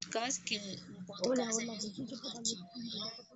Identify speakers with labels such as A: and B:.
A: podcast que un podcast
B: Hola,
A: es
B: hola,
A: el-
B: pues, yo te puedo hablar.